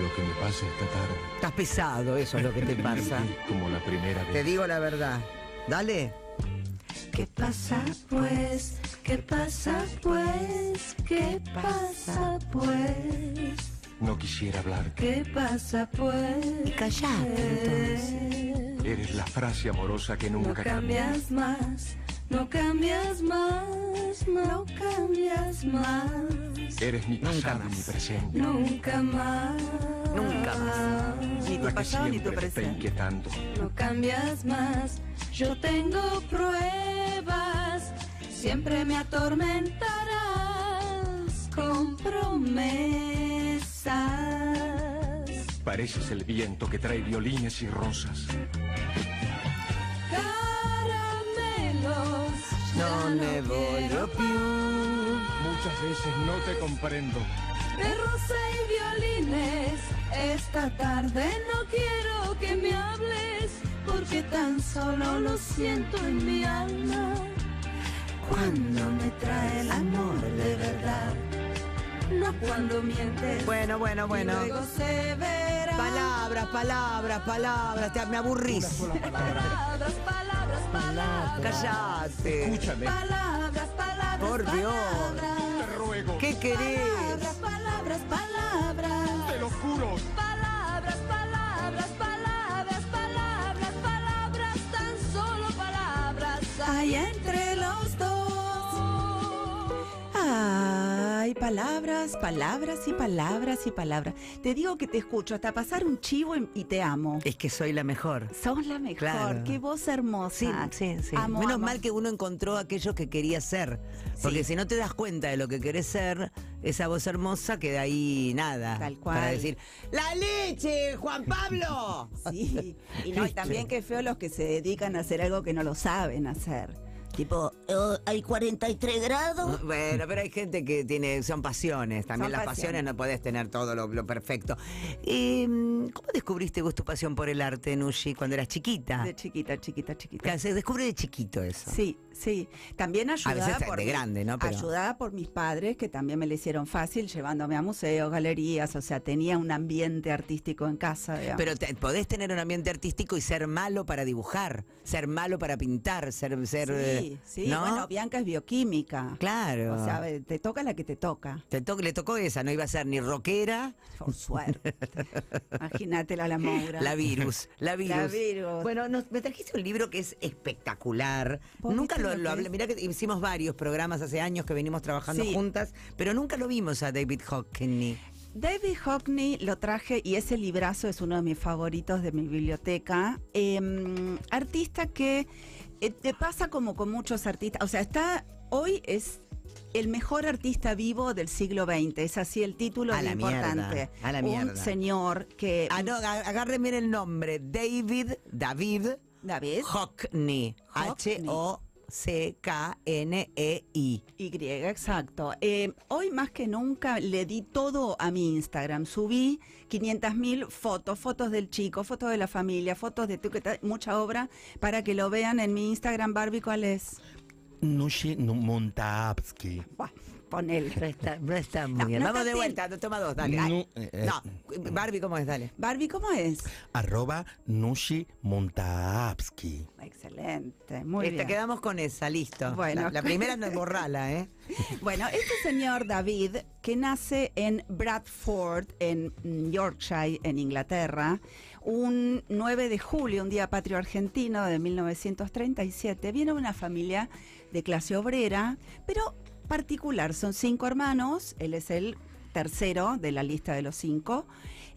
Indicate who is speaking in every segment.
Speaker 1: lo que me pasa esta tarde.
Speaker 2: Estás pesado, eso es lo que te pasa.
Speaker 1: Como la primera vez.
Speaker 2: Te digo la verdad. Dale.
Speaker 3: ¿Qué pasa pues? ¿Qué pasa pues? ¿Qué pasa pues?
Speaker 1: No quisiera hablarte.
Speaker 3: ¿Qué pasa pues?
Speaker 2: Y callate entonces.
Speaker 1: Eres la frase amorosa que
Speaker 3: No
Speaker 1: nunca cambia.
Speaker 3: cambias más, no cambias más, no cambias más,
Speaker 1: Eres mi
Speaker 2: Nunca
Speaker 1: pasado y
Speaker 2: más.
Speaker 1: mi presente.
Speaker 3: nunca más.
Speaker 2: Nunca
Speaker 3: más.
Speaker 4: Ni tu
Speaker 1: La que
Speaker 4: pasado ni
Speaker 1: siempre
Speaker 4: tu
Speaker 1: me está
Speaker 4: presente.
Speaker 1: inquietando.
Speaker 3: No cambias más, yo tengo pruebas, siempre me atormentarás con promesas.
Speaker 1: Pareces el viento que trae violines y rosas.
Speaker 3: Caramelos, ya
Speaker 2: No me voy,
Speaker 3: quiero
Speaker 1: Muchas veces no te comprendo.
Speaker 2: Eh.
Speaker 3: de rosa y violines. Esta tarde no quiero que me hables, porque tan solo lo siento en mi alma. Cuando me trae el amor de verdad, no cuando mientes.
Speaker 2: Bueno, bueno, bueno.
Speaker 3: y luego se verá.
Speaker 2: Palabras, palabras, palabras. Te, me aburrís.
Speaker 1: Sola palabra.
Speaker 3: Palabras, palabras, palabras.
Speaker 2: Callate.
Speaker 1: Escúchame.
Speaker 4: Ah.
Speaker 3: Palabras, palabras,
Speaker 2: Por Dios.
Speaker 1: Te
Speaker 3: palabras.
Speaker 1: ruego.
Speaker 2: ¿Qué querés?
Speaker 3: Palabras, palabras, palabras.
Speaker 1: Te lo juro.
Speaker 3: Palabras, palabras, palabras, palabras, palabras, tan solo palabras hay entre los dos.
Speaker 4: Ay, palabras, palabras y palabras y palabras. Te digo que te escucho hasta pasar un chivo y, y te amo.
Speaker 2: Es que soy la mejor.
Speaker 4: Sos la mejor,
Speaker 2: Claro.
Speaker 4: qué voz hermosa.
Speaker 2: Sí, sí, sí.
Speaker 4: Amo,
Speaker 2: Menos
Speaker 4: Ah, amo.
Speaker 2: mal que uno encontró aquello que quería ser. Porque
Speaker 4: Sí.
Speaker 2: si no te das cuenta de lo que querés ser, esa voz hermosa queda ahí nada.
Speaker 4: Tal cual.
Speaker 2: Para decir, ¡La leche, Juan Pablo!
Speaker 4: Sí, y no, y también qué feo los que se dedican a hacer algo que no lo saben hacer. Tipo, eh, hay 43 grados.
Speaker 2: Ah, Bueno, pero hay gente que tiene, son pasiones. También
Speaker 4: Son
Speaker 2: las
Speaker 4: pasiones.
Speaker 2: pasiones. no podés tener todo lo, lo perfecto. Eh, ¿Cómo descubriste vos tu pasión por el arte, Nushi, cuando eras chiquita?
Speaker 4: De chiquita, chiquita,
Speaker 2: Claro,
Speaker 4: chiquita.
Speaker 2: Se descubre de chiquito eso.
Speaker 4: Sí, sí. También ayudada
Speaker 2: veces de
Speaker 4: por mi-
Speaker 2: grande, ¿no? Pero-
Speaker 4: ayudada por mis padres que también me le hicieron fácil llevándome a museos, galerías, o sea, tenía un ambiente artístico en casa. digamos.
Speaker 2: Pero te- podés tener un ambiente artístico y ser malo para dibujar, ser malo para pintar, ser... ser
Speaker 4: sí,
Speaker 2: eh,
Speaker 4: sí.
Speaker 2: ¿no?
Speaker 4: Bueno, Bianca es bioquímica.
Speaker 2: Claro.
Speaker 4: O sea, eh, te toca la que te toca.
Speaker 2: Te to- le tocó esa, no iba a ser ni rockera,
Speaker 4: Por suerte. Imagínatela la Moura.
Speaker 2: la virus, la virus.
Speaker 4: La virus.
Speaker 2: Bueno, nos- me trajiste un libro que es espectacular.
Speaker 4: ¿Vos
Speaker 2: Nunca
Speaker 4: viste
Speaker 2: lo,
Speaker 4: lo que
Speaker 2: lo hablé.
Speaker 4: es?
Speaker 2: Mirá que hicimos varios programas hace años que venimos trabajando
Speaker 4: Sí.
Speaker 2: juntas, pero nunca lo vimos a David Hockney.
Speaker 4: David Hockney lo traje y ese librazo es uno de mis favoritos de mi biblioteca. Eh, artista que eh, te pasa como con muchos artistas. O sea, está hoy es el mejor artista vivo del siglo XX. Es así el título
Speaker 2: A
Speaker 4: de
Speaker 2: la
Speaker 4: lo importante.
Speaker 2: mierda, a la mierda.
Speaker 4: Un señor que.
Speaker 2: Ah, no, a- agarren bien el nombre. David, David
Speaker 4: David
Speaker 2: Hockney.
Speaker 4: Hockney.
Speaker 2: H-O-C-K-N-E-I.
Speaker 4: Y, exacto. Eh, hoy más que nunca le di todo a mi Instagram. Subí 500.000 fotos, fotos del chico, fotos de la familia, fotos de tú, que tal, mucha obra, para que lo vean en mi Instagram, Barbie, ¿cuál es?
Speaker 5: Nushi Montavsky.
Speaker 4: Buah, pon él.
Speaker 2: No está, no está muy
Speaker 4: No,
Speaker 2: bien.
Speaker 4: no
Speaker 2: Vamos
Speaker 4: está
Speaker 2: de
Speaker 4: bien.
Speaker 2: vuelta, no, toma dos, dale.
Speaker 5: No,
Speaker 2: Ay.
Speaker 5: eh, eh.
Speaker 2: No, Barbie, ¿cómo es? Dale.
Speaker 4: Barbie, ¿cómo es?
Speaker 5: Arroba Nushi Montavsky.
Speaker 4: Excelente, muy
Speaker 2: Esta,
Speaker 4: bien.
Speaker 2: Este, quedamos con esa, listo.
Speaker 4: Bueno.
Speaker 2: La, la primera no es borrala, ¿eh?
Speaker 4: Bueno, este señor David, que nace en Bradford, en mm, Yorkshire, en Inglaterra, un 9 de julio, un día patrio argentino de 1937, viene de una familia de clase obrera, pero particular. Son cinco hermanos, él es el tercero de la lista de los cinco.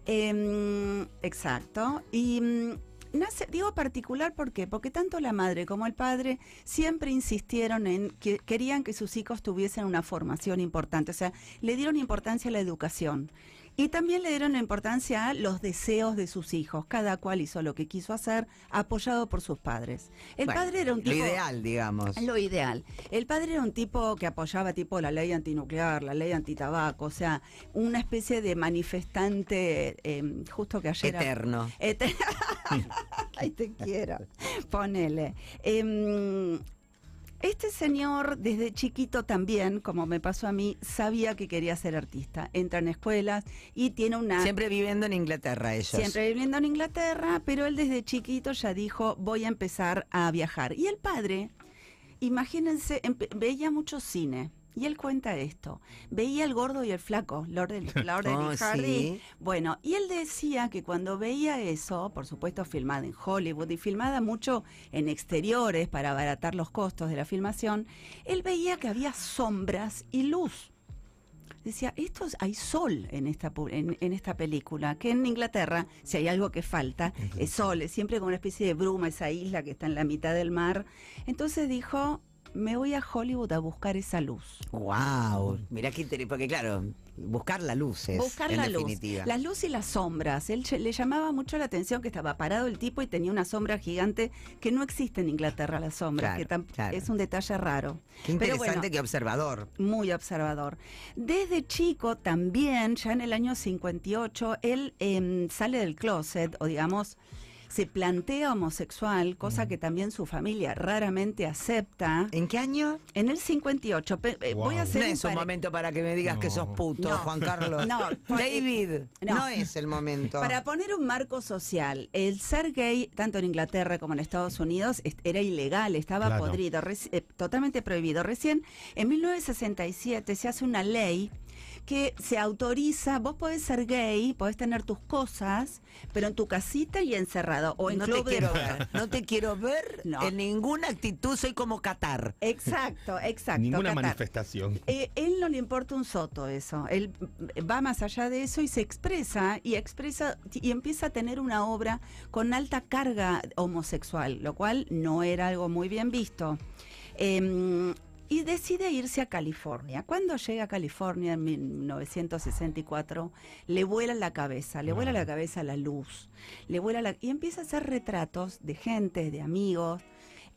Speaker 4: Em, exacto. Y. mm, Nace, digo particular ¿por qué? porque tanto la madre como el padre siempre insistieron en que querían que sus hijos tuviesen una formación importante, o sea, le dieron importancia a la educación y también le dieron la importancia a los deseos de sus hijos, cada cual hizo lo que quiso hacer apoyado por sus padres. El
Speaker 2: Bueno,
Speaker 4: padre era un
Speaker 2: Lo
Speaker 4: tipo
Speaker 2: ideal, digamos.
Speaker 4: lo ideal. El padre era un tipo que apoyaba tipo la ley antinuclear, la ley antitabaco, o sea, una especie de manifestante eh, justo que ayer
Speaker 2: Eterno.
Speaker 4: Ete- Ay, te quiero. Ponele. Em, Este señor, desde chiquito también, como me pasó a mí, sabía que quería ser artista. Entra en escuelas y tiene una...
Speaker 2: Siempre viviendo en Inglaterra ellos.
Speaker 4: Ah. Siempre viviendo en Inglaterra, pero él desde chiquito ya dijo, voy a empezar a viajar. Y el padre, imagínense, empe- veía mucho cine. Y él cuenta esto. Veía el gordo y el flaco, Lord del, la Orden
Speaker 2: Oh,
Speaker 4: del Jardín.
Speaker 2: sí.
Speaker 4: Bueno, y él decía que cuando veía eso, por supuesto filmada en Hollywood y filmada mucho en exteriores para abaratar los costos de la filmación, él veía que había sombras y luz. Decía, esto es- hay sol en esta, pu- en, en esta película, que en Inglaterra, si hay algo que falta, es sol, es siempre como una especie de bruma, esa isla que está en la mitad del mar. Entonces dijo, me voy a Hollywood a buscar esa luz.
Speaker 2: Wow, mirá qué interesante, porque claro, buscar la luz es
Speaker 4: Buscar
Speaker 2: en
Speaker 4: la luz.
Speaker 2: definitiva.
Speaker 4: La luz y las sombras. Él ch- le llamaba mucho la atención que estaba parado el tipo y tenía una sombra gigante que no existe en Inglaterra, la sombra,
Speaker 2: Claro,
Speaker 4: que tam-
Speaker 2: claro.
Speaker 4: es un detalle raro.
Speaker 2: Qué
Speaker 4: Pero
Speaker 2: interesante
Speaker 4: bueno,
Speaker 2: que observador.
Speaker 4: muy observador. Desde chico también, ya en el año 58, él em, sale del closet, o digamos, se plantea homosexual,
Speaker 2: Mm.
Speaker 4: cosa que también su familia raramente acepta.
Speaker 2: ¿En qué año?
Speaker 4: En el 58, pe- eh, voy a hacer
Speaker 2: no
Speaker 4: un
Speaker 2: es un
Speaker 4: pare-
Speaker 2: momento para que me digas que sos puto,
Speaker 4: No.
Speaker 2: Juan Carlos.
Speaker 4: No, por-
Speaker 2: David, no.
Speaker 4: no.
Speaker 2: es el momento.
Speaker 4: Para poner un marco social, el ser gay, tanto en Inglaterra como en Estados Unidos, es- era ilegal, estaba
Speaker 5: Claro.
Speaker 4: podrido, reci- eh, totalmente prohibido. Recién, en 1967, se hace una ley que se autoriza, vos podés ser gay, podés tener tus cosas, pero en tu casita y encerrado, o en
Speaker 2: no te
Speaker 4: club de
Speaker 2: quiero ver, no te quiero ver
Speaker 4: No.
Speaker 2: en ninguna actitud, soy como Qatar.
Speaker 4: Exacto, exacto.
Speaker 5: Ninguna
Speaker 4: Qatar.
Speaker 5: manifestación.
Speaker 4: Eh, él no le importa un soto eso. Él mm, va más allá de eso y se expresa y expresa y empieza a tener una obra con alta carga homosexual, lo cual no era algo muy bien visto. Em, y decide irse a California. Cuando llega a California en 1964, le vuela la cabeza, le vuela la cabeza la luz, le vuela la- y empieza a hacer retratos de gente, de amigos,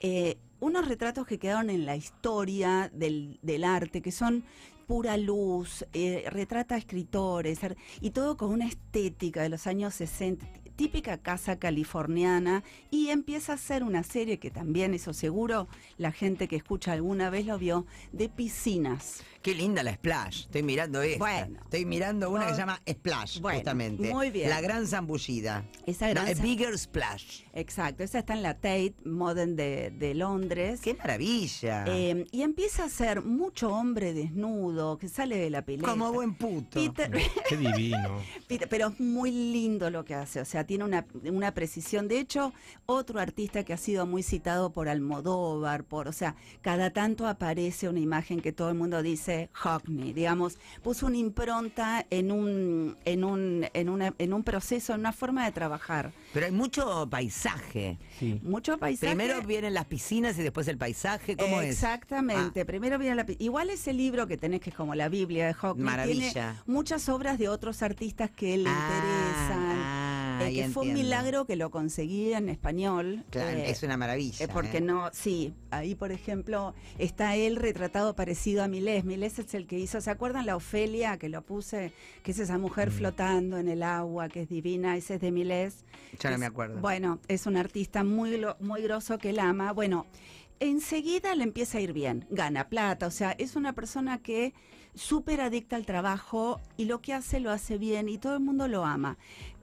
Speaker 4: eh, unos retratos que quedaron en la historia del, del arte, que son pura luz, eh, retrata a escritores, ar- y todo con una estética de los años 60, típica casa californiana, y empieza a hacer una serie que también, eso seguro, la gente que escucha alguna vez lo vio, de piscinas.
Speaker 2: Qué linda la Splash. Estoy mirando esta.
Speaker 4: Bueno.
Speaker 2: Estoy mirando una que se
Speaker 4: Bueno.
Speaker 2: llama Splash,
Speaker 4: Bueno,
Speaker 2: justamente.
Speaker 4: muy bien.
Speaker 2: La gran zambullida.
Speaker 4: Esa gran
Speaker 2: La-
Speaker 4: zam-
Speaker 2: Bigger Splash.
Speaker 4: Exacto, esa está en la Tate Modern de, de Londres.
Speaker 2: Qué maravilla.
Speaker 4: Eh, y empieza a ser mucho hombre desnudo que sale de la pileta.
Speaker 2: como buen puto.
Speaker 4: Peter-
Speaker 5: Qué divino.
Speaker 4: Pita, Pero es muy lindo lo que hace, o sea, tiene una, una precisión. De hecho, otro artista que ha sido muy citado por Almodóvar, por, o sea, cada tanto aparece una imagen que todo el mundo dice, Hockney, digamos, puso una impronta en un, en un, en una, en un proceso, en una forma de trabajar.
Speaker 2: Pero hay mucho paisaje.
Speaker 5: Sí.
Speaker 4: Mucho paisaje.
Speaker 2: Primero vienen las piscinas y después el paisaje. ¿Cómo es? Ah.
Speaker 4: Exactamente. Primero viene la pi- Igual ese libro que tenés que es como la Biblia de Hockney.
Speaker 2: Maravilla.
Speaker 4: Tiene muchas obras de otros artistas que le interesan.
Speaker 2: Ah, ah,
Speaker 4: Eh, que
Speaker 2: ya
Speaker 4: fue un
Speaker 2: entiendo.
Speaker 4: milagro que lo conseguí en español.
Speaker 2: Claro,
Speaker 4: eh,
Speaker 2: es una maravilla.
Speaker 4: eh, porque
Speaker 2: ¿eh?
Speaker 4: no, sí, ahí por ejemplo está él retratado parecido a Milés. Milés es el que hizo, ¿se acuerdan la Ofelia que lo puse? Que es esa
Speaker 2: Mm.
Speaker 4: mujer flotando en el agua, que es divina, ese es de Milés.
Speaker 2: Ya no
Speaker 4: Es-
Speaker 2: me acuerdo.
Speaker 4: Bueno, es un artista muy, glo- muy grosso que él ama. Bueno, enseguida le empieza a ir bien, gana plata, o sea, es una persona que súper adicta al trabajo y lo que hace lo hace bien y todo el mundo lo ama.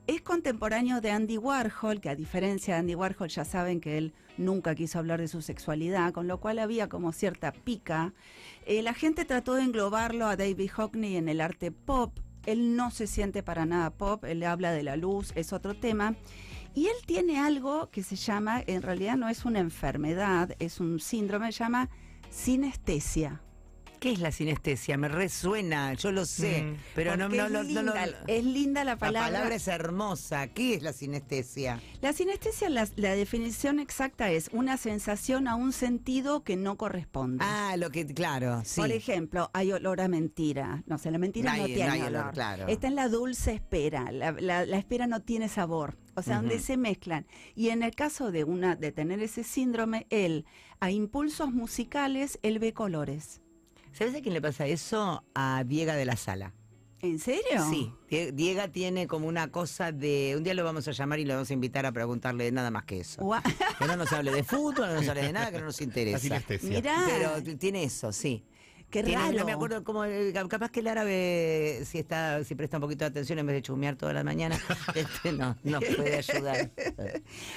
Speaker 4: Es contemporáneo de Andy Warhol, que a diferencia de Andy Warhol ya saben que él nunca quiso hablar de su sexualidad, con lo cual había como cierta pica. Eh, la gente trató de englobarlo a David Hockney en el arte pop. Él no se siente para nada pop, él habla de la luz, es otro tema. Y él tiene algo que se llama, en realidad no es una enfermedad, es un síndrome, se llama sinestesia.
Speaker 2: ¿Qué es la sinestesia? Me resuena, yo lo sé, pero no,
Speaker 4: Mm. Porque
Speaker 2: no,
Speaker 4: es,
Speaker 2: lo- no,
Speaker 4: linda,
Speaker 2: lo-
Speaker 4: es linda la
Speaker 2: la
Speaker 4: palabra.
Speaker 2: palabra es hermosa. ¿Qué es la sinestesia?
Speaker 4: La sinestesia, la, la definición exacta es una sensación a un sentido que no corresponde.
Speaker 2: Ah, lo que, claro, sí.
Speaker 4: Por ejemplo, hay olor a mentira. No sé, la mentira
Speaker 2: No
Speaker 4: no
Speaker 2: hay- no
Speaker 4: tiene
Speaker 2: hay olor,
Speaker 4: olor.
Speaker 2: claro.
Speaker 4: Está en la dulce espera. La, la- la espera no tiene sabor. O sea, donde se mezclan. Y en el caso de una de tener ese síndrome, él a impulsos musicales él ve colores.
Speaker 2: ¿Sabes a quién le pasa eso? A Diega de la Sala.
Speaker 4: ¿En serio?
Speaker 2: Sí, Die- Diega tiene como una cosa de. Un día lo vamos a llamar y lo vamos a invitar a preguntarle nada más que eso.
Speaker 4: Gua-
Speaker 2: Que no nos hable de fútbol, no nos hable de nada, que no nos
Speaker 5: Así
Speaker 2: interesa.
Speaker 4: Mirá,
Speaker 2: Pero t- tiene eso, sí.
Speaker 4: Ah. qué
Speaker 2: Tiene-
Speaker 4: raro.
Speaker 2: No me acuerdo cómo. eh, cap- Capaz que el árabe, si está si presta un poquito de atención en vez de chumear toda la mañana, este, no, no puede ayudar.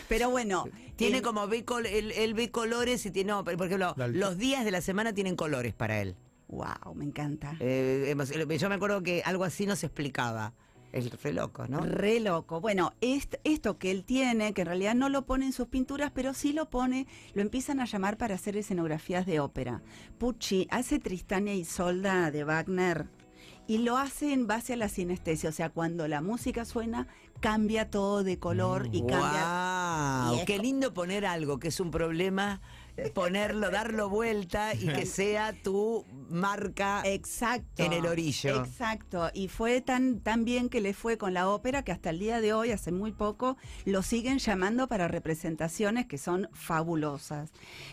Speaker 4: Pero bueno,
Speaker 2: Tiene
Speaker 4: el-
Speaker 2: como. Ve col- él, él ve colores y tiene. No, pero, por ejemplo,
Speaker 5: Dale.
Speaker 2: los días de la semana tienen colores para él.
Speaker 4: Wow, me encanta.
Speaker 2: Eh, hemos- yo me acuerdo que algo así nos explicaba. Es re loco, ¿no?
Speaker 4: Re loco. Bueno, est- esto que él tiene, que en realidad no lo pone en sus pinturas, pero sí lo pone, lo empiezan a llamar para hacer escenografías de ópera. Pucci hace Tristania y Solda de Wagner y lo hace en base a la sinestesia, o sea, cuando la música suena, cambia todo de color y cambia.
Speaker 2: Mm, ¡Guau!
Speaker 4: y es
Speaker 2: Qué
Speaker 4: co-
Speaker 2: lindo poner algo que es un problema, ponerlo, darlo vuelta y que sea tu marca.
Speaker 4: Exacto.
Speaker 2: En el orillo.
Speaker 4: Exacto. Y fue tan, tan bien que le fue con la ópera que hasta el día de hoy, hace muy poco, lo siguen llamando para representaciones que son fabulosas.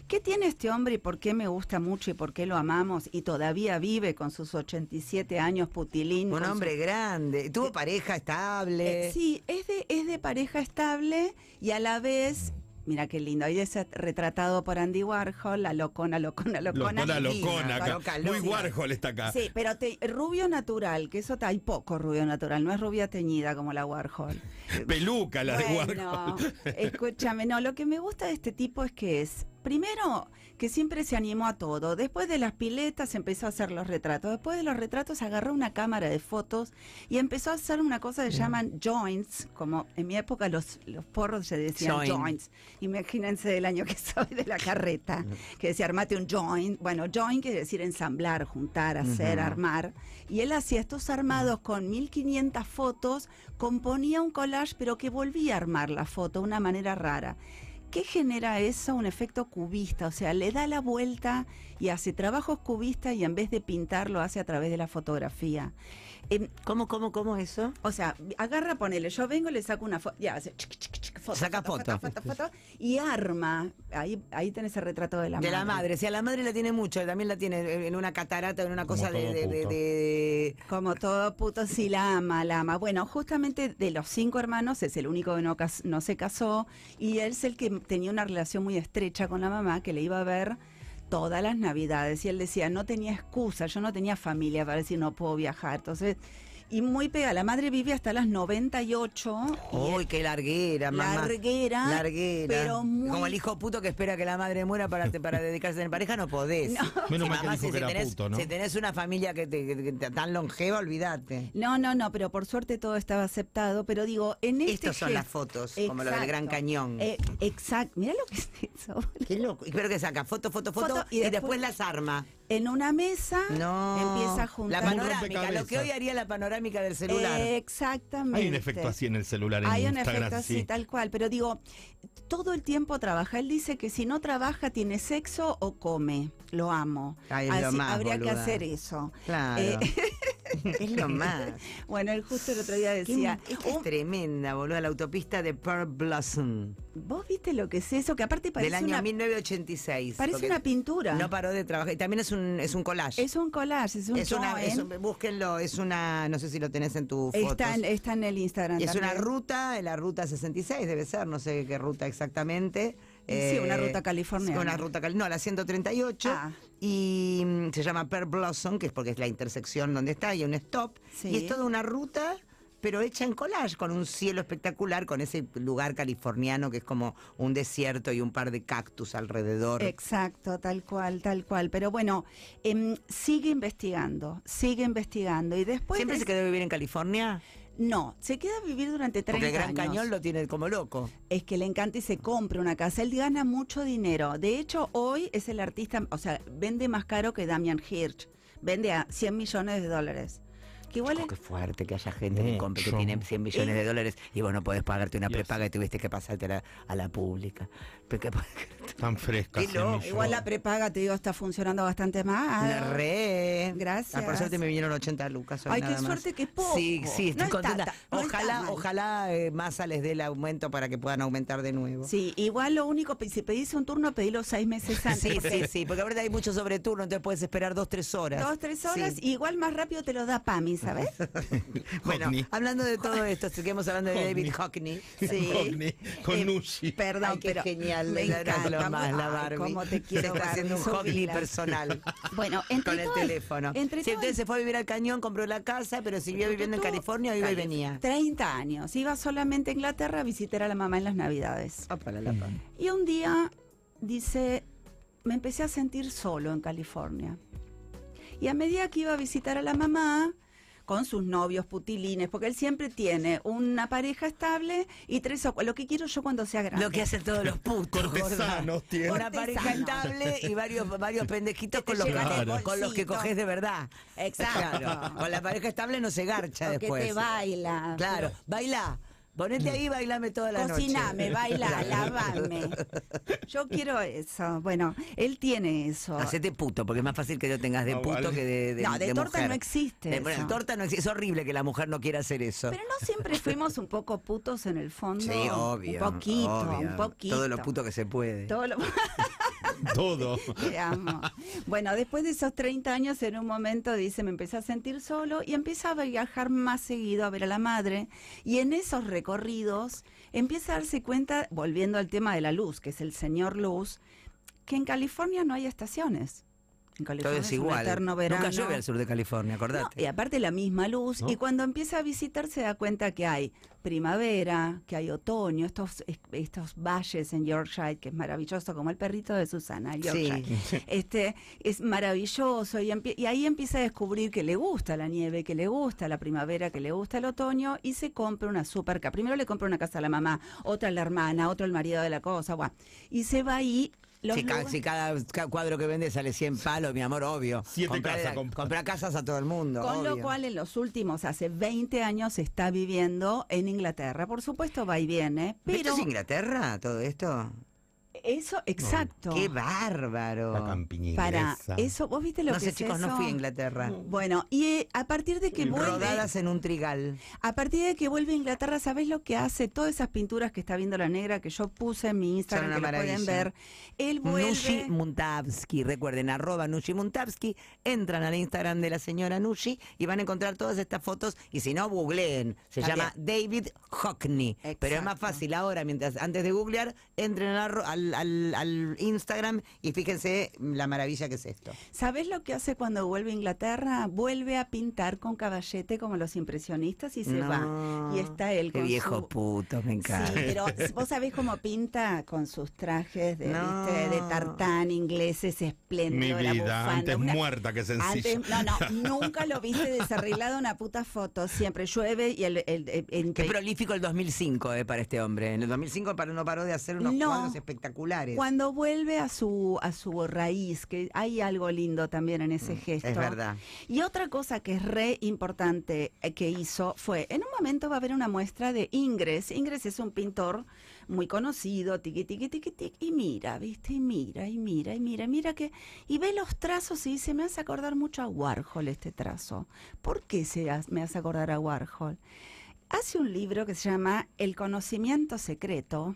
Speaker 4: ¿Qué tiene este hombre y por qué me gusta mucho y por qué lo amamos? Y todavía vive con sus 87 años putilín.
Speaker 2: Un
Speaker 4: con
Speaker 2: hombre
Speaker 4: su-
Speaker 2: grande. Tuvo pareja estable.
Speaker 4: Eh, sí, es de, es de pareja estable y a la vez... Mira qué lindo, ahí es retratado por Andy Warhol, la locona, locona, locona.
Speaker 5: Locona,
Speaker 2: divina,
Speaker 5: locona acá.
Speaker 2: loca,
Speaker 5: Muy
Speaker 2: loca.
Speaker 5: Warhol está acá.
Speaker 4: Sí, pero te- rubio natural, que eso ta- hay poco rubio natural, no es rubia teñida como la Warhol.
Speaker 5: Peluca la de Warhol.
Speaker 4: bueno, escúchame, no, lo que me gusta de este tipo es que es, primero, que siempre se animó a todo. Después de las piletas empezó a hacer los retratos. Después de los retratos agarró una cámara de fotos y empezó a hacer una cosa que llaman joints, como en mi época los, los porros se decían
Speaker 2: Joint.
Speaker 4: joints. Imagínense del año que soy de la carreta, que decía armate un joint. Bueno, joint quiere decir ensamblar, juntar, hacer, armar. Y él hacía estos armados con 1500 fotos, componía un collage, pero que volvía a armar la foto de una manera rara. ¿Qué genera eso? Un efecto cubista, o sea, le da la vuelta y hace trabajos cubistas y en vez de pintar lo hace a través de la fotografía. Em,
Speaker 2: ¿Cómo, cómo, cómo eso?
Speaker 4: o sea, agarra, ponele, yo vengo, le saco una foto, ya hace chic, chic, chic, foto,
Speaker 2: Saca foto.
Speaker 4: foto, y arma, ahí, ahí tenés el retrato de la
Speaker 2: de
Speaker 4: madre.
Speaker 2: la madre. Si a la madre la tiene mucho, también la tiene en una catarata, en una cosa de,
Speaker 5: todo
Speaker 2: de- de-
Speaker 5: puto.
Speaker 2: de-
Speaker 4: Como todo puto, sí, la ama, la ama. Bueno, justamente de los cinco hermanos es el único que no, cas- no se casó y él es el que tenía una relación muy estrecha con la mamá que le iba a ver todas las navidades y él decía, no tenía excusa, yo no tenía familia para decir no puedo viajar. Entonces, y muy pega, la madre vive hasta las 98 y
Speaker 2: ¡Uy, qué larguera, mamá!
Speaker 4: Larguera,
Speaker 2: Larguera.
Speaker 4: pero muy-
Speaker 2: Como el hijo puto que espera que la madre muera para, te- para dedicarse en pareja, no podés.
Speaker 5: Menos
Speaker 2: Sí,
Speaker 5: mal que
Speaker 2: mamá,
Speaker 5: dijo
Speaker 2: si-
Speaker 5: que
Speaker 2: si
Speaker 5: era
Speaker 2: tenés-
Speaker 5: puto, ¿no?
Speaker 2: Si tenés una familia que te, que te- tan longeva, olvídate.
Speaker 4: No, no, no, pero por suerte todo estaba aceptado. Pero digo, en este
Speaker 2: Estas son
Speaker 4: gesto-
Speaker 2: las fotos, como lo del
Speaker 4: Exacto.
Speaker 2: Gran Cañón.
Speaker 4: Eh, exacto, mira lo que es eso.
Speaker 2: Qué loco. Espero que saca foto, foto, foto,
Speaker 4: Foto
Speaker 2: y,
Speaker 4: y
Speaker 2: después,
Speaker 4: después
Speaker 2: las arma.
Speaker 4: En una mesa
Speaker 2: No.
Speaker 4: empieza a juntar.
Speaker 2: La
Speaker 5: Como un
Speaker 2: panorámica,
Speaker 5: rompecabezas.
Speaker 2: lo que hoy haría la panorámica del celular.
Speaker 4: Eh, exactamente.
Speaker 5: Hay un efecto así en el celular, en
Speaker 4: este. Hay un
Speaker 5: Instagram.
Speaker 4: efecto así,
Speaker 5: sí.
Speaker 4: tal cual. Pero digo, todo el tiempo trabaja. Él dice que si no trabaja, tiene sexo o come. Lo amo.
Speaker 2: Ay, es lo
Speaker 4: Así,
Speaker 2: más,
Speaker 4: habría
Speaker 2: boluda.
Speaker 4: que hacer eso.
Speaker 2: claro.
Speaker 4: Eh,
Speaker 2: es lo más.
Speaker 4: bueno, él justo el otro día
Speaker 2: Qué-
Speaker 4: decía. "Oh,
Speaker 2: esta
Speaker 4: "Un-
Speaker 2: es tremenda, boludo. La autopista de Pearl Blossom.
Speaker 4: ¿Vos viste lo que es eso? Que aparte parece
Speaker 2: del año
Speaker 4: una
Speaker 2: 1986.
Speaker 4: Parece
Speaker 2: porque
Speaker 4: una pintura.
Speaker 2: No paró de trabajar. Y también es un, es un collage.
Speaker 4: es un collage, es un
Speaker 2: Es una,
Speaker 4: joint.
Speaker 2: es un- búsquenlo, es una, no sé si lo tenés en tu foto.
Speaker 4: está, en, está en el Instagram.
Speaker 2: Es una
Speaker 4: también.
Speaker 2: ruta, la ruta 66 debe ser, no sé qué ruta exactamente. Eh,
Speaker 4: Y sí, una ruta californiana.
Speaker 2: Una ruta cali- no, la 138.
Speaker 4: Ah.
Speaker 2: Y mm, se llama Per Blossom, que es porque es la intersección donde está, y un stop.
Speaker 4: Sí.
Speaker 2: Y es toda una ruta, pero hecha en collage, con un cielo espectacular, con ese lugar californiano que es como un desierto y un par de cactus alrededor.
Speaker 4: Exacto, tal cual, tal cual. Pero bueno, em, sigue investigando, sigue investigando. Y después.
Speaker 2: ¿Siempre
Speaker 4: de-
Speaker 2: se quedó a vivir en California?
Speaker 4: No, se queda a vivir durante 30
Speaker 2: Porque el Gran
Speaker 4: años.
Speaker 2: Cañón lo tiene como loco.
Speaker 4: Es que le encanta y se compra una casa. Él gana mucho dinero. De hecho, hoy es el artista, o sea, vende más caro que Damian Hirsch. Vende a 100 millones de dólares. Que igual
Speaker 2: Oh,
Speaker 4: es-
Speaker 2: qué fuerte que haya gente que compre que
Speaker 5: Mucho.
Speaker 2: tiene 100 millones de
Speaker 4: Y-
Speaker 2: dólares y vos no podés pagarte una
Speaker 5: Dios.
Speaker 2: prepaga y tuviste que pasarte a la, a la pública. Pero qué-
Speaker 5: Tan fresca.
Speaker 2: Qué loco.
Speaker 5: semilla.
Speaker 4: Igual la prepaga, te digo, está funcionando bastante más.
Speaker 2: La re.
Speaker 4: Ah. Gracias.
Speaker 2: Ah, por suerte me vinieron 80 lucas. hoy
Speaker 4: Ay, qué
Speaker 2: nada más.
Speaker 4: suerte, qué poco.
Speaker 2: Sí, sí,
Speaker 4: No
Speaker 2: estoy
Speaker 4: está
Speaker 2: contenta.
Speaker 4: ta- no está
Speaker 2: ojalá,
Speaker 4: mal.
Speaker 2: ojalá eh, Massa les dé el aumento para que puedan aumentar de nuevo.
Speaker 4: Sí, igual lo único, si pedís un turno, pedílo seis meses antes.
Speaker 2: Sí,
Speaker 4: porque
Speaker 2: sí, sí, porque ahorita hay mucho sobreturno, entonces puedes esperar dos, tres horas.
Speaker 4: Dos, tres horas,
Speaker 2: Sí.
Speaker 4: y igual más rápido te lo da Pami, ¿sabes?
Speaker 2: Bueno,
Speaker 5: Hockney.
Speaker 2: hablando de todo esto, seguimos hablando de David Hockney.
Speaker 4: Sí.
Speaker 5: Hockney, con
Speaker 4: Eh,
Speaker 5: Nushi.
Speaker 4: Perdón,
Speaker 2: Ay, qué
Speaker 4: pero
Speaker 2: genial,
Speaker 4: me
Speaker 2: la,
Speaker 4: encanta.
Speaker 2: lo más, la
Speaker 4: Ay,
Speaker 2: Barbie.
Speaker 4: cómo te
Speaker 2: Se
Speaker 4: quiero,
Speaker 2: está haciendo un
Speaker 4: Barbie,
Speaker 2: Hockney
Speaker 4: subila.
Speaker 2: personal.
Speaker 4: Bueno, entre
Speaker 2: con el
Speaker 4: todas-
Speaker 2: teléfono.
Speaker 4: Entre
Speaker 2: sí,
Speaker 4: todas-
Speaker 2: entonces se fue a vivir al cañón, compró la casa, pero siguió viviendo en
Speaker 4: Tú-
Speaker 2: California, iba y
Speaker 4: Cali-
Speaker 2: venía.
Speaker 4: 30 años. Iba solamente a Inglaterra a visitar a la mamá en las Navidades.
Speaker 2: Ah, para la pa.
Speaker 4: Y un día dice, me empecé a sentir solo en California. Y a medida que iba a visitar a la mamá, con sus novios putilines, porque él siempre tiene una pareja estable y tres o cu- lo que quiero yo cuando sea grande.
Speaker 2: Lo que hacen todos los putos.
Speaker 5: Cortesanos
Speaker 2: gorda.
Speaker 5: tiene.
Speaker 2: Una pareja
Speaker 4: Cortesanos.
Speaker 2: estable y varios, varios pendejitos
Speaker 4: Que
Speaker 2: con
Speaker 4: te
Speaker 2: los, que,
Speaker 4: llegan
Speaker 5: el
Speaker 2: con los que
Speaker 4: bolsito.
Speaker 2: coges de verdad.
Speaker 4: Exacto.
Speaker 2: Claro. Con la pareja estable no se garcha
Speaker 4: O que
Speaker 2: después.
Speaker 4: te baila.
Speaker 2: Claro. Baila. Ponete ahí y bailame toda la
Speaker 4: Cociname,
Speaker 2: noche.
Speaker 4: baila, lavame. Yo quiero eso. Bueno, él tiene eso.
Speaker 2: Hacete puto, porque es más fácil que yo tengas de
Speaker 5: No,
Speaker 2: puto
Speaker 5: vale.
Speaker 2: que de, de
Speaker 4: No, de torta
Speaker 2: mujer.
Speaker 4: no existe
Speaker 2: De, bueno,
Speaker 4: eso.
Speaker 2: torta no existe. Es horrible que la mujer no quiera hacer eso.
Speaker 4: Pero no siempre fuimos un poco putos en el fondo.
Speaker 2: sí, obvio.
Speaker 4: Un poquito,
Speaker 2: obvio.
Speaker 4: un poquito.
Speaker 2: Todo lo puto que se puede.
Speaker 4: Todo lo-
Speaker 5: Todo.
Speaker 4: Te amo. Bueno, después de esos 30 años, en un momento dice, me empecé a sentir solo y empieza a viajar más seguido a ver a la madre. Y en esos recorridos empieza a darse cuenta, volviendo al tema de la luz, que es el señor luz, que en California no hay estaciones. En
Speaker 2: Todo
Speaker 4: California
Speaker 2: es
Speaker 4: un
Speaker 2: igual.
Speaker 4: eterno
Speaker 2: Nunca
Speaker 4: verano.
Speaker 2: llueve al sur de California,
Speaker 4: No,
Speaker 2: acordate.
Speaker 4: y aparte la misma luz.
Speaker 5: ¿No?
Speaker 4: Y cuando empieza a visitar se da cuenta que hay primavera, que hay otoño, estos, es- estos valles en Yorkshire, que es maravilloso, como el perrito de Susana, el Yorkshire. Este, es maravilloso. Y, empie- y ahí empieza a descubrir que le gusta la nieve, que le gusta la primavera, que le gusta el otoño, y se compra una super casa. Primero le compra una casa a la mamá, otra a la hermana, otra al marido de la cosa, buah. y se va ahí. Los
Speaker 2: si, ca-
Speaker 4: lugares-
Speaker 2: si cada, ca- cuadro que vende sale 100 palos, mi amor, obvio.
Speaker 5: Siete
Speaker 2: Comprá-
Speaker 5: casas comprá.
Speaker 2: comprá casas a todo el mundo.
Speaker 4: Con lo
Speaker 2: obvio.
Speaker 4: cual, en los últimos, hace 20 años, está viviendo en Inglaterra. Por supuesto, va y viene,
Speaker 2: ¿Esto
Speaker 4: pero
Speaker 2: es Inglaterra todo esto?
Speaker 4: eso, exacto.
Speaker 2: ¡Qué bárbaro!
Speaker 5: La campiñera.
Speaker 4: Para
Speaker 5: esa.
Speaker 4: eso, ¿vos viste lo
Speaker 2: No
Speaker 4: que
Speaker 2: sé,
Speaker 4: es
Speaker 2: chicos, no
Speaker 4: eso?
Speaker 2: fui a Inglaterra.
Speaker 4: Bueno, y eh, a partir de que vuelve,
Speaker 2: Rodadas en un trigal.
Speaker 4: a partir de que vuelve a Inglaterra, ¿sabés lo que hace? Todas esas pinturas que está viendo la negra que yo puse en mi Instagram,
Speaker 2: una
Speaker 4: que lo pueden
Speaker 2: maravilla.
Speaker 4: ver. Él vuelve.
Speaker 2: Nushi Muntavsky, recuerden, arroba Nushi Muntavsky, entran al Instagram de la señora Nushi y van a encontrar todas estas fotos y si no, googleen. Se
Speaker 4: Está
Speaker 2: llama David Hockney. Pero es más
Speaker 4: Exacto.
Speaker 2: fácil ahora, mientras antes de googlear, entren al, arro- al- al- al Instagram y fíjense la maravilla que es esto.
Speaker 4: ¿Sabés lo que hace cuando vuelve a Inglaterra? Vuelve a pintar con caballete como los impresionistas y se
Speaker 2: No.
Speaker 4: va. Y está él
Speaker 2: Qué
Speaker 4: con
Speaker 2: viejo
Speaker 4: su-
Speaker 2: puto, me
Speaker 4: Sí,
Speaker 2: encanta.
Speaker 4: pero vos sabés cómo pinta con sus trajes de,
Speaker 2: No.
Speaker 4: ¿viste? de tartán ingleses,
Speaker 5: Mi
Speaker 4: espléndido, la
Speaker 5: vida,
Speaker 4: bufanda.
Speaker 5: antes
Speaker 4: una-
Speaker 5: muerta que sencilla.
Speaker 4: antes- no, no, nunca lo viste desarreglado una puta foto. Siempre llueve y el, el- el- el-
Speaker 2: Qué prolífico el 2005 eh, para este hombre. En el 2005 para, no paró de hacer unos
Speaker 4: No.
Speaker 2: cuadros espectaculares.
Speaker 4: cuando vuelve a su a su raíz, que hay algo lindo también en ese gesto.
Speaker 2: Mm, Es verdad.
Speaker 4: Y otra cosa que es re importante eh, que hizo fue, en un momento va a haber una muestra de Ingres. Ingres es un pintor muy conocido, tiqui, tiqui, tiqui, tiqui, y mira, viste, y mira, y mira, y mira, y mira que... Y ve los trazos y dice, me hace acordar mucho a Warhol este trazo. ¿Por qué se ha- me hace acordar a Warhol? Hace un libro que se llama El conocimiento secreto,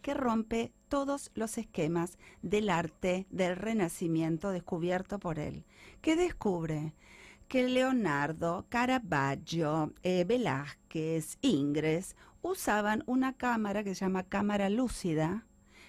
Speaker 4: que rompe todos los esquemas del arte del renacimiento descubierto por él, que descubre que Leonardo, Caravaggio, eh, Velázquez, Ingres usaban una cámara que se llama cámara lúcida,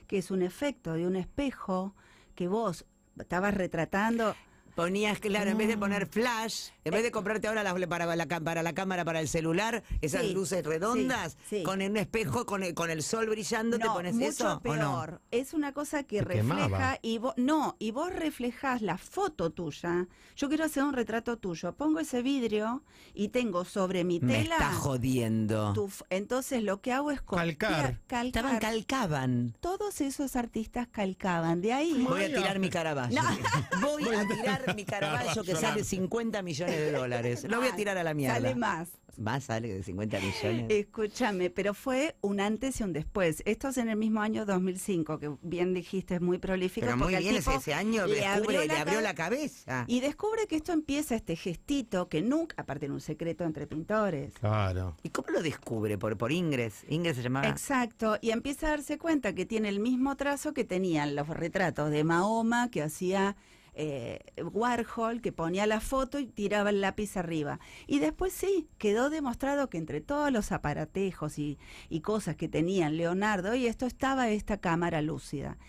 Speaker 4: que es un efecto de un espejo que vos estabas retratando.
Speaker 2: Ponías, claro, en vez de
Speaker 4: Ah.
Speaker 2: poner flash, en vez de comprarte ahora las, para, la, cam- para la cámara, para el celular, esas
Speaker 4: Sí,
Speaker 2: luces redondas,
Speaker 4: sí, sí.
Speaker 2: con un espejo, con el, con el sol brillando, ¿te
Speaker 4: No,
Speaker 2: pones
Speaker 4: mucho
Speaker 2: eso?
Speaker 4: peor.
Speaker 2: ¿O no?
Speaker 4: Es una cosa que
Speaker 5: Te
Speaker 4: refleja
Speaker 5: quemaba.
Speaker 4: y vos no, y vos reflejás la foto tuya. Yo quiero hacer un retrato tuyo. Pongo ese vidrio y tengo sobre mi
Speaker 2: Me
Speaker 4: tela
Speaker 2: está jodiendo.
Speaker 4: tu f- entonces lo que hago es copiar-
Speaker 5: Calcar.
Speaker 4: calcar.
Speaker 2: Estaban calcaban.
Speaker 4: Todos esos artistas calcaban de ahí.
Speaker 2: Voy a tirar mi Caravaggio. Voy a tirar vender mi Caravaggio que sale 50 millones de dólares. Lo voy a tirar a la mierda. Eh.
Speaker 4: Sale más. Eh,
Speaker 2: Más sale de 50 millones.
Speaker 4: Escúchame, pero fue un antes y un después. Esto es en el mismo año 2005, que bien dijiste, es muy prolífico.
Speaker 2: Pero muy
Speaker 4: porque al
Speaker 2: bien
Speaker 4: tipo
Speaker 2: ese, ese año
Speaker 4: le
Speaker 2: descubre,
Speaker 4: abrió la
Speaker 2: le abrió
Speaker 4: cabe-
Speaker 2: la cabeza.
Speaker 4: Y descubre que esto empieza este gestito que nunca, aparte era un secreto entre pintores.
Speaker 5: Claro.
Speaker 2: ¿Y cómo lo descubre? Por, por Ingres. Ingres se llamaba.
Speaker 4: Exacto, y empieza a darse cuenta que tiene el mismo trazo que tenían los retratos de Mahoma que hacía eh, Warhol, que ponía la foto y tiraba el lápiz arriba. Y después sí, quedó demostrado que entre todos los aparatejos y, y cosas que tenían Leonardo, y esto estaba esta cámara lúcida.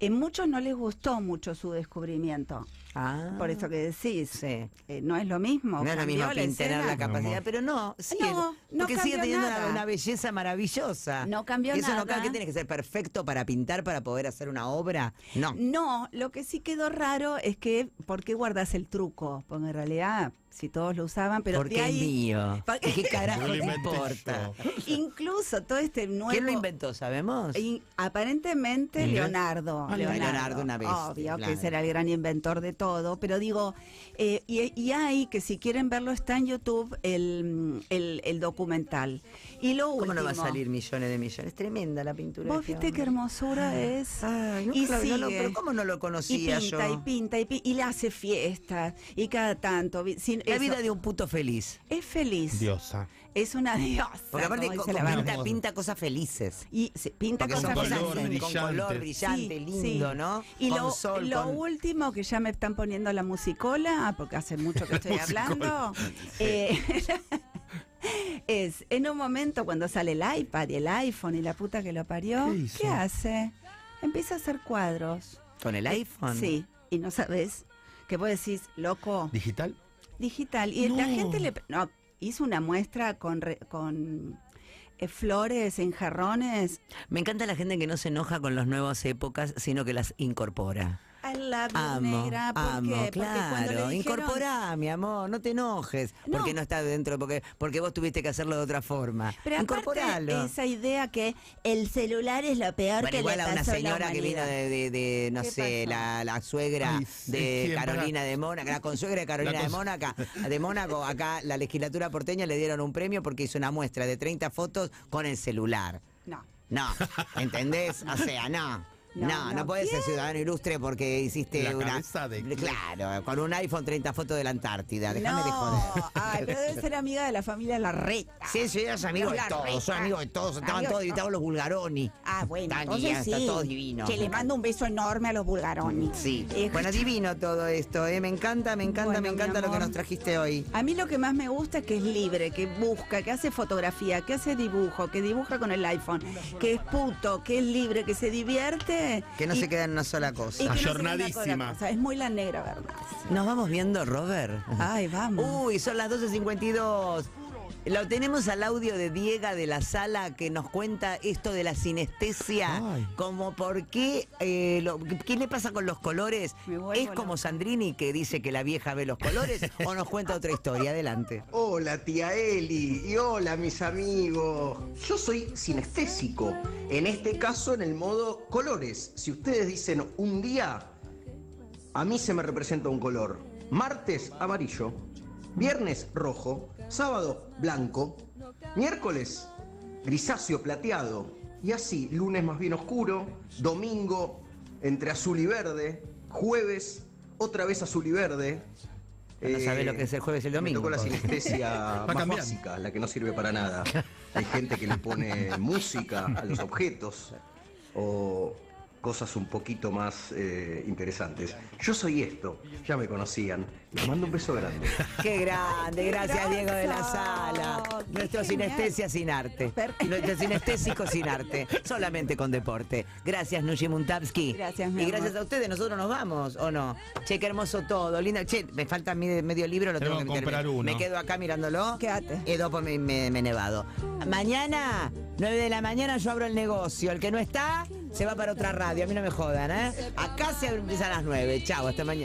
Speaker 4: En muchos no les gustó mucho su descubrimiento,
Speaker 2: Ah,
Speaker 4: por esto que decís,
Speaker 2: Sí.
Speaker 4: eh, no es lo mismo.
Speaker 2: No es lo
Speaker 4: cambió
Speaker 2: mismo
Speaker 4: la
Speaker 2: pintar la
Speaker 4: escena.
Speaker 2: capacidad, pero no, sí,
Speaker 4: No, no
Speaker 2: porque sigue
Speaker 4: cambió
Speaker 2: teniendo
Speaker 4: nada.
Speaker 2: una, una belleza maravillosa.
Speaker 4: No cambió
Speaker 2: Y eso no
Speaker 4: nada.
Speaker 2: cambia, que tienes que ser perfecto para pintar, para poder hacer una obra. No.
Speaker 4: No, lo que sí quedó raro es que, ¿por qué guardas el truco? Porque en realidad, si todos lo usaban, pero de
Speaker 2: porque es
Speaker 4: ahí,
Speaker 2: mío.
Speaker 4: Pa-
Speaker 2: ¿Qué carajo
Speaker 5: Yo lo
Speaker 2: te
Speaker 5: inventé
Speaker 2: importa?
Speaker 5: yo.
Speaker 4: incluso todo este nuevo...
Speaker 2: ¿Quién lo inventó? ¿Sabemos?
Speaker 4: y aparentemente
Speaker 5: Mira.
Speaker 4: Leonardo,
Speaker 5: Ah,
Speaker 4: Leonardo.
Speaker 2: Leonardo, una bestia,
Speaker 4: Obvio
Speaker 2: claro.
Speaker 4: que será el gran inventor de todo, pero digo, eh, y, y hay que si quieren verlo está en YouTube el, el- el documental. Y lo
Speaker 2: ¿Cómo
Speaker 4: último,
Speaker 2: no va a salir millones de millones? Es tremenda la pintura. de
Speaker 4: ¿Vos
Speaker 2: este
Speaker 4: viste
Speaker 2: hombre.
Speaker 4: qué hermosura es?
Speaker 2: Ay, nunca
Speaker 4: y
Speaker 2: lo vi, no lo-
Speaker 4: sigue.
Speaker 2: pero ¿cómo no lo
Speaker 4: Y
Speaker 2: conocía
Speaker 4: pinta,
Speaker 2: yo?
Speaker 4: y pinta, y pinta, y le hace fiestas, y cada tanto. vi- sin-
Speaker 2: la
Speaker 4: eso-
Speaker 2: vida de un puto feliz.
Speaker 4: Es feliz.
Speaker 5: Diosa.
Speaker 4: Es una diosa.
Speaker 2: Porque aparte
Speaker 4: como
Speaker 2: co-
Speaker 4: dice la
Speaker 5: con-
Speaker 4: banda.
Speaker 2: pinta, pinta cosas felices.
Speaker 4: Y se pinta
Speaker 2: Porque
Speaker 4: cosas
Speaker 2: son
Speaker 5: Con
Speaker 2: cosas
Speaker 5: color
Speaker 4: felices.
Speaker 2: así, con color
Speaker 5: brillante.
Speaker 2: brillante,
Speaker 4: Sí,
Speaker 2: lindo,
Speaker 4: sí.
Speaker 2: ¿no?
Speaker 4: Y
Speaker 2: Con
Speaker 4: lo,
Speaker 2: sol,
Speaker 4: lo
Speaker 2: con-
Speaker 4: último que ya me están poniendo la musicola, ah, porque hace mucho que estoy
Speaker 5: Musicola.
Speaker 4: hablando, eh, es en un momento cuando sale el iPad y el iPhone y la puta que lo parió,
Speaker 5: ¿Qué
Speaker 4: ¿qué,
Speaker 5: hizo?
Speaker 4: hace? Empieza a hacer cuadros.
Speaker 2: ¿Con el iPhone?
Speaker 4: Sí, y no sabes que vos decís, loco,
Speaker 5: ¿Digital?
Speaker 4: digital. Y la
Speaker 5: No.
Speaker 4: gente le. No, hizo una muestra con, re- con eh, flores en jarrones.
Speaker 2: Me encanta la gente que no se enoja con las nuevas épocas, sino que las incorpora.
Speaker 4: I love you,
Speaker 2: Amo,
Speaker 4: negra. ¿Por
Speaker 2: amo,
Speaker 4: qué? Porque cuando le
Speaker 2: claro.
Speaker 4: dijeron-
Speaker 2: Incorporá, mi amor, no te enojes. Porque
Speaker 4: No.
Speaker 2: no está dentro, porque, porque vos tuviste que hacerlo de otra forma.
Speaker 4: Pero aparte,
Speaker 2: Incorporalo.
Speaker 4: esa idea que el celular es lo peor
Speaker 2: Bueno,
Speaker 4: que
Speaker 2: igual
Speaker 4: le
Speaker 2: a una
Speaker 4: pasó a la
Speaker 2: señora que vino
Speaker 4: humanidad.
Speaker 2: de, de- de, no
Speaker 4: ¿Qué
Speaker 2: sé,
Speaker 4: pasó?
Speaker 2: la, la suegra
Speaker 5: Ay, sí,
Speaker 2: de
Speaker 5: ¿quién?
Speaker 2: Carolina
Speaker 5: Pará.
Speaker 2: de Mónaco, la consuegra de Carolina
Speaker 5: La
Speaker 2: de
Speaker 5: cons-
Speaker 2: Mónaca, de Mónaco, acá la legislatura porteña le dieron un premio porque hizo una muestra de 30 fotos con el celular.
Speaker 4: No.
Speaker 2: No, ¿entendés? O sea, no. No,
Speaker 4: No,
Speaker 2: no,
Speaker 4: no.
Speaker 2: podés ser ciudadano ilustre porque hiciste
Speaker 5: La
Speaker 2: una.
Speaker 5: cabeza de-
Speaker 2: Claro, con un iPhone 30 fotos de la Antártida. Ah, Déjame de joder.
Speaker 4: no. Ay, pero debe ser amiga de la familia La Reta.
Speaker 2: Sí, sí, eras amigo de
Speaker 4: La
Speaker 2: todos, son
Speaker 4: reta.
Speaker 2: amigos de todos, estaban
Speaker 4: Amigo
Speaker 2: todos
Speaker 4: de
Speaker 2: invitados los vulgaroni.
Speaker 4: Ah, bueno,
Speaker 2: Está
Speaker 4: entonces
Speaker 2: divino,
Speaker 4: sí.
Speaker 2: está todo divino.
Speaker 4: Que le mando un beso enorme a los vulgarones.
Speaker 2: Sí.
Speaker 4: Eh,
Speaker 2: Bueno, divino todo esto, ¿eh? me encanta, me encanta,
Speaker 4: Bueno,
Speaker 2: me
Speaker 4: mi
Speaker 2: encanta lo que
Speaker 4: amor.
Speaker 2: nos trajiste hoy.
Speaker 4: A mí lo que más me gusta es que es libre, que busca, que hace fotografía, que hace dibujo, que dibuja con el iPhone, que es puto, que es libre, que se divierte.
Speaker 2: Que no
Speaker 4: y-
Speaker 2: se queda en una sola
Speaker 4: y que
Speaker 2: cosa.
Speaker 4: no se queda
Speaker 5: Ayornadísima.
Speaker 4: con la cosa. Es muy la negra, ¿verdad?
Speaker 2: Nos vamos viendo, Robert.
Speaker 4: Ay, vamos.
Speaker 2: Uy, son las 12.52. Lo tenemos al audio de Diega de la Sala que nos cuenta esto de la sinestesia,
Speaker 5: Ay.
Speaker 2: como por qué, eh, lo- qué le pasa con los colores.
Speaker 4: Me vuelvo
Speaker 2: ¿Es como
Speaker 4: loca.
Speaker 2: Sandrini que dice que la vieja ve los colores o nos cuenta otra historia? Adelante.
Speaker 6: Hola tía Eli y hola mis amigos. Yo soy sinestésico, en este caso en el modo colores. Si ustedes dicen un día, a mí se me representa un color. Martes amarillo, viernes rojo, sábado blanco, miércoles grisáceo plateado y así lunes más bien oscuro, domingo entre azul y verde, jueves otra vez azul y verde. Eh,
Speaker 2: No sabés lo que es el jueves y el domingo,
Speaker 6: Me tocó la
Speaker 2: pobre.
Speaker 6: sinestesia más
Speaker 5: cambiando.
Speaker 6: básica, la que no sirve para nada. Hay gente que le pone música a los objetos o cosas un poquito más eh, interesantes. Yo soy esto, ya me conocían. Les mando un beso grande.
Speaker 2: Qué grande, gracias
Speaker 4: grosso!
Speaker 2: Diego de la Sala.
Speaker 4: Qué
Speaker 2: Nuestro
Speaker 4: genial.
Speaker 2: sinestesia sin arte.
Speaker 4: Per-
Speaker 2: Nuestro sinestésico sin arte, solamente con deporte. Gracias Nushi Muntabsky.
Speaker 4: Gracias, mi
Speaker 2: Y gracias
Speaker 4: amor.
Speaker 2: a ustedes, nosotros nos vamos, ¿o no? Che, qué hermoso todo, linda. Che, me falta a mí de medio libro, lo tengo
Speaker 5: Tenemos
Speaker 2: que
Speaker 5: que
Speaker 2: meterme.
Speaker 5: comprar uno.
Speaker 2: Me quedo acá mirándolo.
Speaker 4: Quédate.
Speaker 2: Y dopo me, me, me nevado. Mañana, 9 de la mañana, yo abro el negocio. El que no está, se va para otra radio. A mí no me jodan, ¿eh? Acá se empieza a las 9. Chao, hasta mañana.